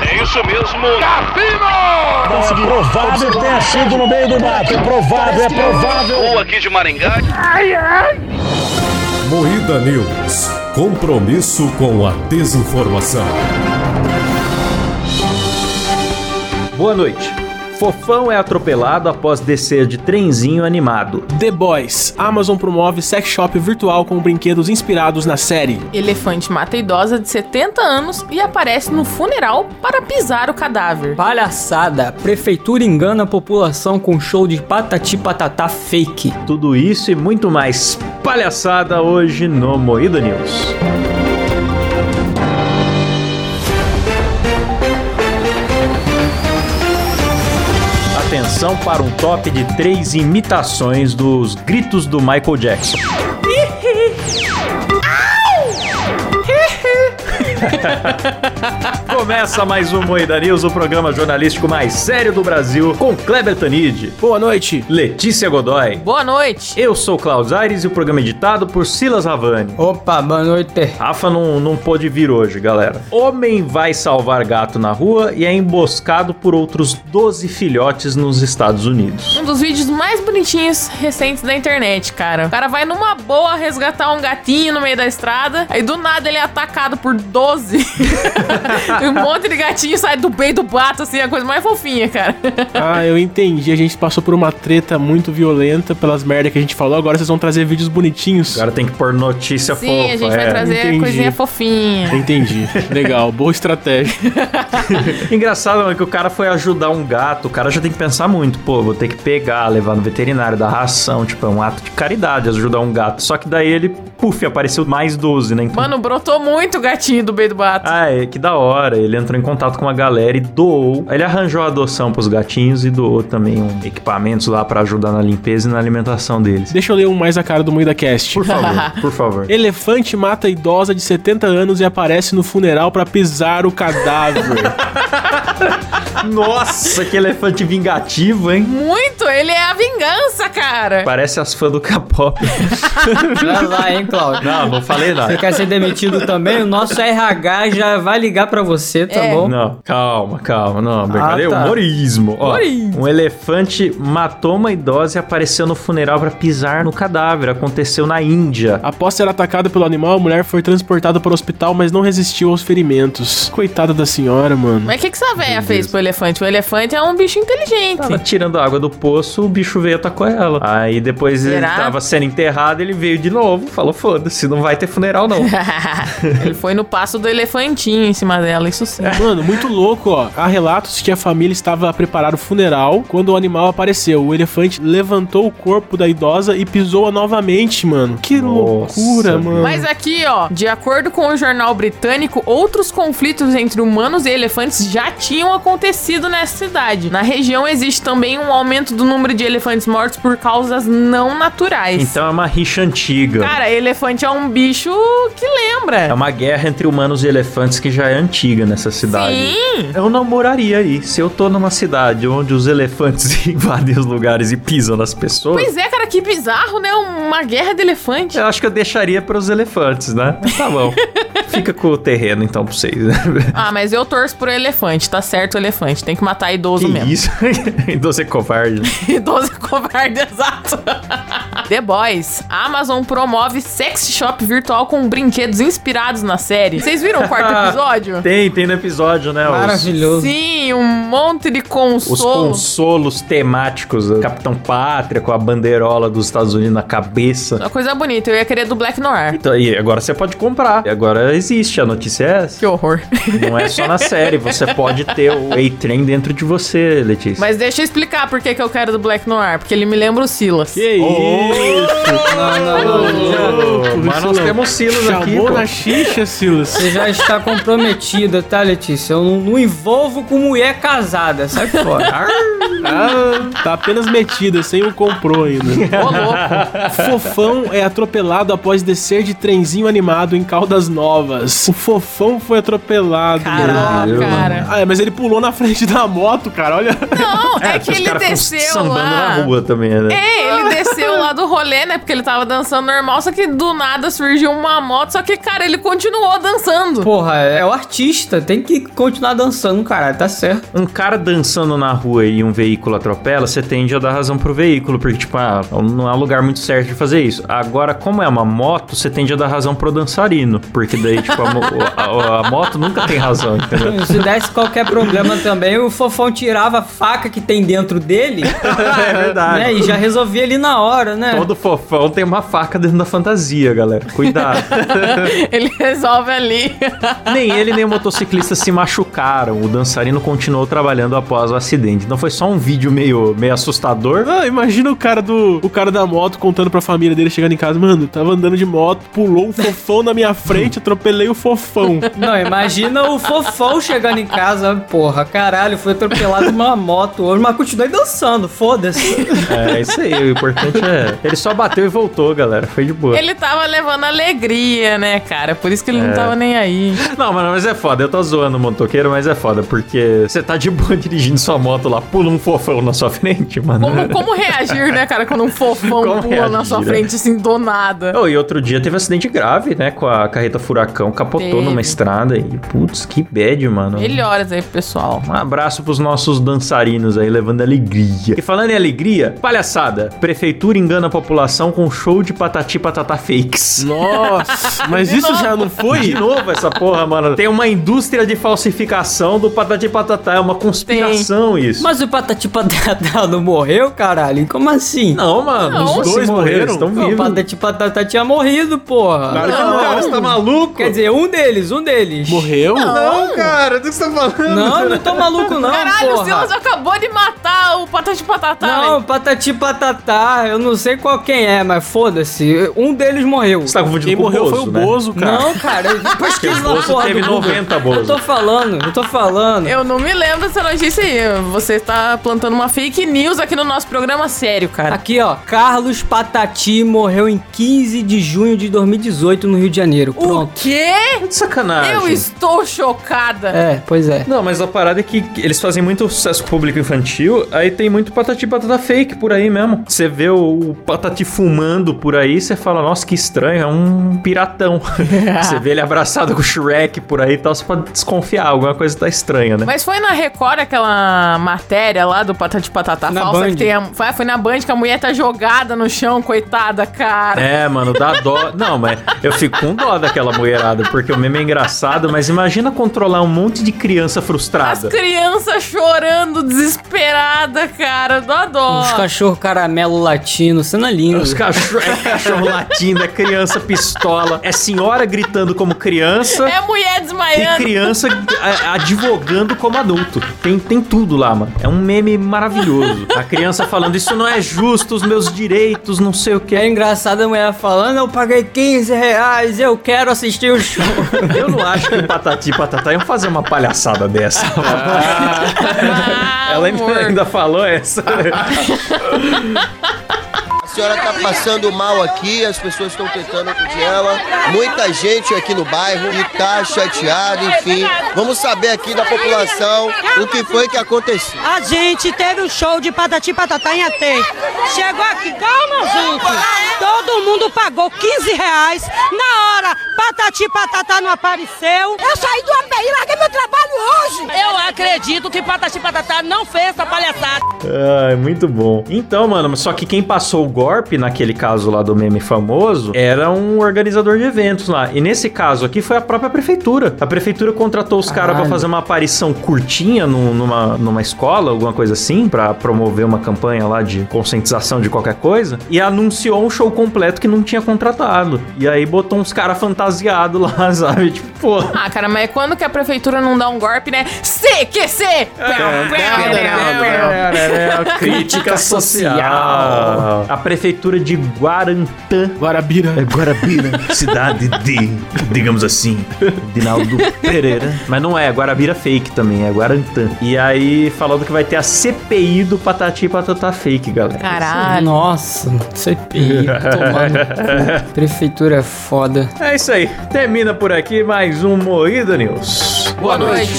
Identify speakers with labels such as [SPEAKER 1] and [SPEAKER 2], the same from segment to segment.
[SPEAKER 1] É isso mesmo, Cassino!
[SPEAKER 2] Consegui. É Provável que tenha sido no meio do mato. É provável, é provável.
[SPEAKER 1] Ou aqui de Maringá.
[SPEAKER 3] Moída News. Compromisso com a desinformação.
[SPEAKER 4] Boa noite. Fofão é atropelado após descer de trenzinho animado.
[SPEAKER 5] The Boys. Amazon promove sex shop virtual com brinquedos inspirados na série.
[SPEAKER 6] Elefante mata idosa de 70 anos e aparece no funeral para pisar o cadáver.
[SPEAKER 7] Palhaçada. Prefeitura engana a população com show de patati patatá fake.
[SPEAKER 4] Tudo isso e muito mais palhaçada hoje no Moída News. Atenção para um top de três imitações dos gritos do Michael Jackson. Começa mais um Moeda News, o programa jornalístico mais sério do Brasil, com Kleber Tanid,
[SPEAKER 5] Boa noite.
[SPEAKER 4] Letícia Godoy.
[SPEAKER 6] Boa noite.
[SPEAKER 4] Eu sou o Klaus Aires e o programa é editado por Silas Havani.
[SPEAKER 7] Opa, boa noite.
[SPEAKER 4] Rafa não, não pôde vir hoje, galera. Homem vai salvar gato na rua e é emboscado por outros 12 filhotes nos Estados Unidos.
[SPEAKER 6] Um dos vídeos mais bonitinhos recentes da internet, cara. O cara vai numa boa resgatar um gatinho no meio da estrada, aí do nada ele é atacado por 12. E um monte de gatinho sai do bem do bato, assim, a coisa mais fofinha, cara.
[SPEAKER 5] Ah, eu entendi. A gente passou por uma treta muito violenta pelas merda que a gente falou. Agora vocês vão trazer vídeos bonitinhos.
[SPEAKER 4] O cara tem que pôr notícia
[SPEAKER 6] Sim,
[SPEAKER 4] fofa.
[SPEAKER 6] a gente vai
[SPEAKER 4] é.
[SPEAKER 6] trazer
[SPEAKER 5] entendi.
[SPEAKER 6] coisinha fofinha.
[SPEAKER 5] Entendi. Legal. Boa estratégia.
[SPEAKER 4] Engraçado é que o cara foi ajudar um gato, o cara já tem que pensar muito, pô, vou ter que pegar, levar no veterinário, dar ração, tipo, é um ato de caridade ajudar um gato. Só que daí ele, puf, apareceu mais 12, né? Então,
[SPEAKER 6] Mano, brotou muito o gatinho do bem do bato.
[SPEAKER 4] Ah, é, que da hora. Ele entrou em contato com uma galera e doou. Ele arranjou a adoção pros gatinhos e doou também um equipamentos lá pra ajudar na limpeza e na alimentação deles.
[SPEAKER 5] Deixa eu ler um mais a cara do Moída Cast.
[SPEAKER 4] Por favor, por favor.
[SPEAKER 5] Elefante mata idosa de 70 anos e aparece no funeral pra pisar o cadáver.
[SPEAKER 4] Nossa, que elefante vingativo, hein?
[SPEAKER 6] Muito, ele é a vingança, cara.
[SPEAKER 4] Parece as fãs do K-pop.
[SPEAKER 7] Vai lá, hein, Claudio.
[SPEAKER 4] Não, não falei
[SPEAKER 7] Você
[SPEAKER 4] nada.
[SPEAKER 7] quer ser demitido também? O nosso RH já vai ligar pra você, tá
[SPEAKER 6] É.
[SPEAKER 7] bom?
[SPEAKER 4] Não, calma, calma. Não, brincadeira.
[SPEAKER 7] tá.
[SPEAKER 4] É humorismo. Ó, um elefante matou uma idosa e apareceu no funeral pra pisar no cadáver. Aconteceu na Índia.
[SPEAKER 5] Após ser atacada pelo animal, a mulher foi transportada para o hospital, mas não resistiu aos ferimentos. Coitada da senhora, mano.
[SPEAKER 6] Mas o que, que essa véia fez pro elefante? O elefante é um bicho inteligente.
[SPEAKER 4] Tava tirando a água do poço, o bicho veio e atacou ela. Aí depois
[SPEAKER 6] Será?
[SPEAKER 4] ele tava sendo enterrado, ele veio de novo, falou: foda-se, não vai ter funeral, não.
[SPEAKER 6] ele foi no passo do elefantinho em cima dela, isso sim.
[SPEAKER 5] Mano, muito louco, ó. Há relatos que a família estava a preparar o funeral quando o animal apareceu. O elefante levantou o corpo da idosa e pisou-a novamente, mano. Que
[SPEAKER 4] Nossa,
[SPEAKER 5] loucura,
[SPEAKER 4] bicho.
[SPEAKER 5] mano.
[SPEAKER 6] Mas aqui, ó, de acordo com o jornal britânico, outros conflitos entre humanos e elefantes já tinham acontecido nessa cidade. Na região existe também um aumento do número de elefantes mortos por causas não naturais.
[SPEAKER 4] então é uma rixa antiga.
[SPEAKER 6] Cara, elefante é um bicho que
[SPEAKER 4] é
[SPEAKER 6] lembra.
[SPEAKER 4] uma guerra entre humanos e elefantes que já é antiga nessa cidade.
[SPEAKER 6] Sim.
[SPEAKER 4] Eu não moraria aí. Se eu tô numa cidade onde os elefantes invadem os lugares e pisam nas pessoas,
[SPEAKER 6] Pois é, cara, que bizarro, né? Uma guerra de elefante.
[SPEAKER 4] eu acho que eu deixaria para os elefantes, né? Mas Tá bom. Fica com o terreno então pra vocês. né?
[SPEAKER 6] Ah, mas eu torço por elefante, tá certo o elefante. Tem que matar idoso
[SPEAKER 4] Que
[SPEAKER 6] mesmo.
[SPEAKER 4] isso? Idoso é covarde.
[SPEAKER 6] Idoso é covarde, exato. The Boys. A Amazon promove sex shop virtual com brinquedos inspirados na série. Vocês viram o quarto episódio?
[SPEAKER 4] Tem, tem no episódio, né? os-
[SPEAKER 7] Maravilhoso.
[SPEAKER 6] Sim, um monte de
[SPEAKER 4] Os
[SPEAKER 6] consolo.
[SPEAKER 4] consolos temáticos, o Capitão Pátria com a bandeirola dos Estados Unidos na cabeça.
[SPEAKER 6] Uma coisa bonita, eu ia querer do Black Noir.
[SPEAKER 4] Então, e agora você pode comprar. E agora existe, a notícia é essa.
[SPEAKER 6] Que horror.
[SPEAKER 4] Não é só na série, você pode ter o A-Train dentro de você, Letícia.
[SPEAKER 6] Mas deixa eu explicar por que, que eu quero do Black Noir, porque ele me lembra o Silas.
[SPEAKER 5] Que isso?
[SPEAKER 7] Não, não, não, não.
[SPEAKER 4] Ô, mas nós
[SPEAKER 5] Silas.
[SPEAKER 4] temos Silas aqui,
[SPEAKER 5] Chamou
[SPEAKER 4] pô.
[SPEAKER 5] na xixa, Silas.
[SPEAKER 7] Você já está comprometida, tá, Letícia? Eu não, não envolvo com mulher casada, sai fora.
[SPEAKER 5] Ah, tá apenas metida, sem o comprou ainda.
[SPEAKER 6] Ô, louco.
[SPEAKER 5] Fofão é atropelado após descer de trenzinho animado em Caldas Novas. O Fofão foi atropelado,
[SPEAKER 6] Caralho, cara.
[SPEAKER 5] Ah, é, mas ele pulou na frente da moto, cara. Olha.
[SPEAKER 6] Não, é,
[SPEAKER 4] É,
[SPEAKER 6] que
[SPEAKER 4] os
[SPEAKER 6] ele
[SPEAKER 4] caras ficam
[SPEAKER 6] desceu
[SPEAKER 4] sambando
[SPEAKER 6] lá.
[SPEAKER 4] na rua também, né?
[SPEAKER 7] Ah.
[SPEAKER 6] É, ele desceu lá do rolê, né? Porque ele tava dançando normal, só que do nada surgiu uma moto, só que, cara, ele continuou dançando.
[SPEAKER 7] Porra, é o artista, tem que continuar dançando, caralho, tá certo.
[SPEAKER 4] Um cara dançando na rua e um veículo atropela, você tende a dar razão pro veículo, porque, tipo, ah, não é um lugar muito certo de fazer isso. Agora, como é uma moto, você tende a dar razão pro dançarino, porque daí, tipo, a, mo- a- a- a moto nunca tem razão, entendeu?
[SPEAKER 7] Se desse qualquer problema também, o Fofão tirava a faca que tem dentro dele,
[SPEAKER 4] é verdade.
[SPEAKER 7] né? E já resolvia ali na hora, né?
[SPEAKER 4] Todo fofão tem uma faca dentro da fantasia, galera. Cuidado.
[SPEAKER 6] ele resolve ali.
[SPEAKER 4] nem ele nem o motociclista se machucaram. O dançarino continuou trabalhando após o acidente. Então foi só um vídeo meio, meio assustador.
[SPEAKER 5] Ah, imagina o cara do. O cara da moto contando pra família dele chegando em casa, mano, eu tava andando de moto, pulou um fofão na minha frente, atropelei o fofão.
[SPEAKER 7] Não, imagina o Fofão chegando em casa, porra, caralho, fui atropelado por uma moto hoje, mas continuei dançando, foda-se.
[SPEAKER 4] É isso aí. O importante é. Ele só bateu e voltou, galera. Foi de boa.
[SPEAKER 6] Ele tava levando alegria, né, cara? Por isso que ele
[SPEAKER 7] É.
[SPEAKER 6] não tava nem aí.
[SPEAKER 4] Não, mano, mas é foda. Eu tô zoando o motoqueiro, mas é foda, porque você tá de boa dirigindo sua moto lá, pula um fofão na sua frente, mano.
[SPEAKER 6] Como, como reagir, né, cara, quando um fofão
[SPEAKER 4] Como
[SPEAKER 6] pula na sua
[SPEAKER 4] reagir, é?
[SPEAKER 6] frente assim do nada?
[SPEAKER 4] Oh, e outro dia teve um acidente grave, né? Com a carreta furacão, capotou
[SPEAKER 6] Teve.
[SPEAKER 4] numa estrada e, putz, que bad, mano.
[SPEAKER 6] Melhoras aí pro pessoal.
[SPEAKER 4] Um abraço pros nossos dançarinos aí, levando alegria. E falando em alegria, palhaçada. Prefeitura engana a população com show de patati patatá fakes.
[SPEAKER 5] Nossa, mas isso já não
[SPEAKER 4] De
[SPEAKER 5] foi?
[SPEAKER 4] novo essa porra, mano. Tem uma indústria de falsificação do patati patatá. É uma conspiração isso.
[SPEAKER 7] Mas o Patati Patatá não morreu, caralho? Como assim?
[SPEAKER 4] Não, mano.
[SPEAKER 6] Não.
[SPEAKER 4] Os dois
[SPEAKER 5] Vocês
[SPEAKER 4] morreram.
[SPEAKER 5] morreram?
[SPEAKER 4] Estão
[SPEAKER 7] Não, o
[SPEAKER 4] vivos.
[SPEAKER 7] Patati Patatá tinha morrido, porra.
[SPEAKER 5] Claro que não.
[SPEAKER 4] cara, você tá maluco?
[SPEAKER 7] Quer dizer, um deles, um deles.
[SPEAKER 5] Morreu?
[SPEAKER 4] não, cara. Do que você tá falando?
[SPEAKER 7] Não, eu não tô maluco não,
[SPEAKER 6] Caralho,
[SPEAKER 7] porra.
[SPEAKER 6] o Silas acabou de matar o Patati Patatá.
[SPEAKER 7] Não,
[SPEAKER 6] velho.
[SPEAKER 7] Patati Patatá, eu não sei qual quem é, mas foda-se. Um deles morreu.
[SPEAKER 4] Você tá confundindo
[SPEAKER 5] Quem
[SPEAKER 4] com o
[SPEAKER 5] morreu foi
[SPEAKER 4] Bozo,
[SPEAKER 5] o
[SPEAKER 4] né?
[SPEAKER 5] Bozo, cara.
[SPEAKER 7] Não, cara, eu pesquisa
[SPEAKER 4] Porque o
[SPEAKER 7] na
[SPEAKER 4] Bozo
[SPEAKER 7] porra
[SPEAKER 4] teve
[SPEAKER 7] do Google.
[SPEAKER 4] 90 Bozo.
[SPEAKER 7] Eu tô falando, eu tô falando.
[SPEAKER 6] Eu não me lembro dessa notícia aí. Você tá plantando uma fake news aqui no nosso programa sério, cara.
[SPEAKER 7] Aqui, ó. Carlos Patati morreu em 15 de junho de 2018 no Rio de Janeiro.
[SPEAKER 6] O
[SPEAKER 7] Pronto.
[SPEAKER 6] quê?
[SPEAKER 4] é De sacanagem.
[SPEAKER 6] Eu estou chocada.
[SPEAKER 7] É, pois é.
[SPEAKER 4] Não, mas a parada é que eles fazem muito sucesso com o público infantil, aí tem muito patati e patata fake por aí mesmo. Você vê o, o patati fumando por aí, você fala, nossa, que estranho, é um piratão. você vê ele abraçado com o Shrek por aí e tal, você pode desconfiar, alguma coisa tá estranha, né?
[SPEAKER 6] Mas foi na Record aquela matéria lá do Patati Patatá
[SPEAKER 7] Na
[SPEAKER 6] falsa que
[SPEAKER 7] Band.
[SPEAKER 6] tem a, foi, foi na Band que a mulher tá jogada no chão, coitada, cara.
[SPEAKER 4] É, mano, dá dó. Não, mas eu fico com dó daquela mulherada, porque o meme é engraçado, mas imagina controlar um monte de criança
[SPEAKER 6] As
[SPEAKER 4] frustrada.
[SPEAKER 6] crianças chorando, desesperada, cara. Dó dó.
[SPEAKER 7] Os cachorro caramelo latino, cena linda.
[SPEAKER 4] Os cachorro, é cachorro latindo, é criança pistola, é senhora gritando como criança.
[SPEAKER 6] É mulher
[SPEAKER 4] Tem
[SPEAKER 6] desmaiando.
[SPEAKER 4] criança a- advogando como adulto. Tem, tem tudo lá, mano. É um meme maravilhoso. A criança falando, isso não é justo, os meus direitos, não sei o
[SPEAKER 7] É
[SPEAKER 4] que.
[SPEAKER 7] engraçado a mulher falando, eu paguei 15 reais, eu quero assistir o show.
[SPEAKER 4] Eu não acho que patati e patatá iam fazer uma palhaçada dessa.
[SPEAKER 6] Ah,
[SPEAKER 4] Ela
[SPEAKER 6] amor.
[SPEAKER 4] ainda, ainda falou essa.
[SPEAKER 8] A senhora tá passando mal aqui, as pessoas estão tentando acudir ela. Muita gente aqui no bairro que tá chateada, enfim. Vamos saber aqui da população o que foi que aconteceu.
[SPEAKER 9] A gente teve um show de patati patatá em Atei. Chegou aqui, calma, gente. Todo mundo pagou 15 reais. Na hora, patati patatá não apareceu. É Eu saí do API, larguei meu trabalho hoje. Eu acredito que patati patatá não fez essa palhaçada.
[SPEAKER 4] Ai, muito bom. Então, mano, só que quem passou o golpe, naquele caso lá do meme famoso, era um organizador de eventos lá. E nesse caso aqui foi a própria prefeitura. A prefeitura contratou os caras pra
[SPEAKER 7] Caralho.
[SPEAKER 4] fazer uma aparição curtinha num- numa, numa escola, alguma coisa assim, pra promover uma campanha lá de conscientização de qualquer coisa. E anunciou um show completo que não tinha contratado. E aí botou uns caras fantasiados lá, sabe? Tipo, pô.
[SPEAKER 6] Ah, cara, mas quando que a prefeitura não dá um golpe, né? CQC!
[SPEAKER 4] É. Crítica social. A prefeitura de Guarantã. É
[SPEAKER 5] Guarabira.
[SPEAKER 4] Guarabira, cidade de, digamos assim, Dinaldo Pereira. Mas não é, Guarabira fake também, é Guarantã. E aí, falando que vai ter a CPI do Patati e Patatá fake, galera.
[SPEAKER 6] Caralho.
[SPEAKER 7] Nossa, CPI, tomando cu. Prefeitura é foda.
[SPEAKER 4] É isso aí. Termina por aqui mais um Moída News.
[SPEAKER 6] Boa noite.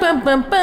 [SPEAKER 6] pam, pam, pam.